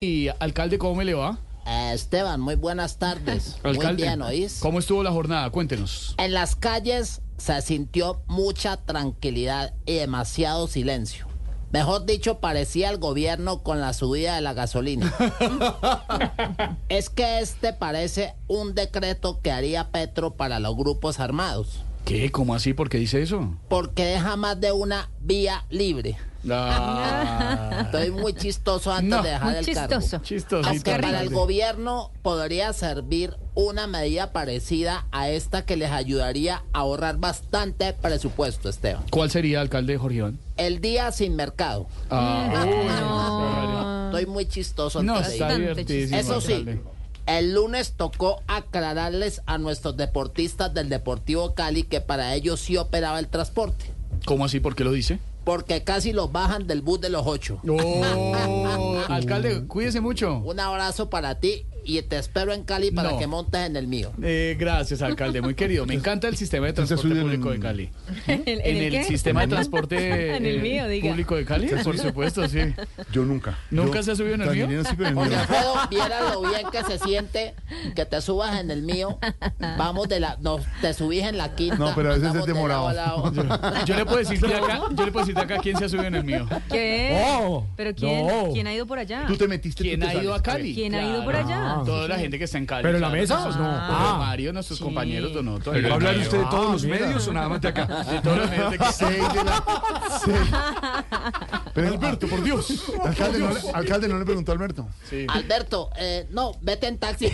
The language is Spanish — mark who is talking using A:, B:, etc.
A: Y alcalde, ¿cómo me le va?
B: Eh, Esteban, muy buenas tardes. muy
A: Alcalde,
B: bien, ¿oís?
A: ¿Cómo estuvo la jornada? Cuéntenos.
B: En las calles se sintió mucha tranquilidad y demasiado silencio. Mejor dicho, parecía el gobierno con la subida de la gasolina. es que este parece un decreto que haría Petro para los grupos armados,
A: ¿Qué? ¿Cómo así? ¿Por qué dice eso?
B: porque deja más de una vía libre.
A: Ah,
B: Estoy muy chistoso antes
A: No,
B: de dejar
C: Muy
B: el cargo.
C: chistoso.
A: chistosito.
B: Aunque para el
A: alcalde.
B: gobierno podría servir una medida parecida a esta que les ayudaría a ahorrar bastante presupuesto, Esteban.
A: ¿Cuál sería, alcalde Jorge Iván?
B: El día sin mercado.
A: Ah, uy, no.
B: Estoy muy chistoso.
A: No,
B: antes de
A: está
B: ir.
C: Bastante
A: divertidísimo.
B: Eso sí,
A: alcalde.
B: el lunes tocó aclararles a nuestros deportistas del Deportivo Cali que para ellos sí operaba el transporte,
A: ¿Cómo así? ¿Por qué lo dice?
B: porque casi los bajan del bus de los ocho.
A: Oh, alcalde, cuídese mucho.
B: Un abrazo para ti y te espero en Cali para
A: No.
B: que montes en el mío.
A: Eh, gracias, alcalde, muy querido. Me encanta el sistema de
D: ¿Usted
A: transporte
D: subió en-
A: público de Cali.
C: ¿En,
A: En el,
C: qué?
A: sistema de transporte
C: En el
A: eh,
C: mío, diga.
A: público de Cali, por supuesto, sí.
D: Yo nunca.
A: ¿Nunca
D: Yo-
A: se ha subido en el
D: Tan
A: mío?
D: Irene sí, pero en el
B: Oye,
D: mío.
B: Alfredo, viera lo bien que se siente que te subas en el mío. Vamos de la. Nos, te subís en la quinta.
D: No, pero a veces
B: andamos
D: es
B: de lado a
D: demorado.
B: lado.
A: Yo le puedo decir de acá, yo le puedo decir de acá quién se ha subido en el mío.
C: ¿Qué?
E: Oh,
C: ¿Pero quién,
E: no.
C: quién ha ido por allá?
D: Tú te metiste.
A: ¿Quién
D: tú te
A: ha ido a
D: sales.
A: Cali?
C: ¿Quién ha ido por allá?
A: Toda la gente que está en Cali.
E: ¿Pero en la
A: claro,
E: mesa?
A: nosotros-
E: No.
A: Pero
E: Ah.
A: Mario, nuestros compañeros, no, no, todo
E: ¿Va a hablar usted de todos
D: Ah,
E: los
D: mira.
E: medios o nada más de acá?
A: de toda la gente que
D: Seis de la- seis.
A: Ah.
D: Pero Alberto,
A: por Dios.
D: alcalde no, le- alcalde, no le preguntó a Alberto.
A: Sí.
B: Alberto, eh, no, vete en taxi.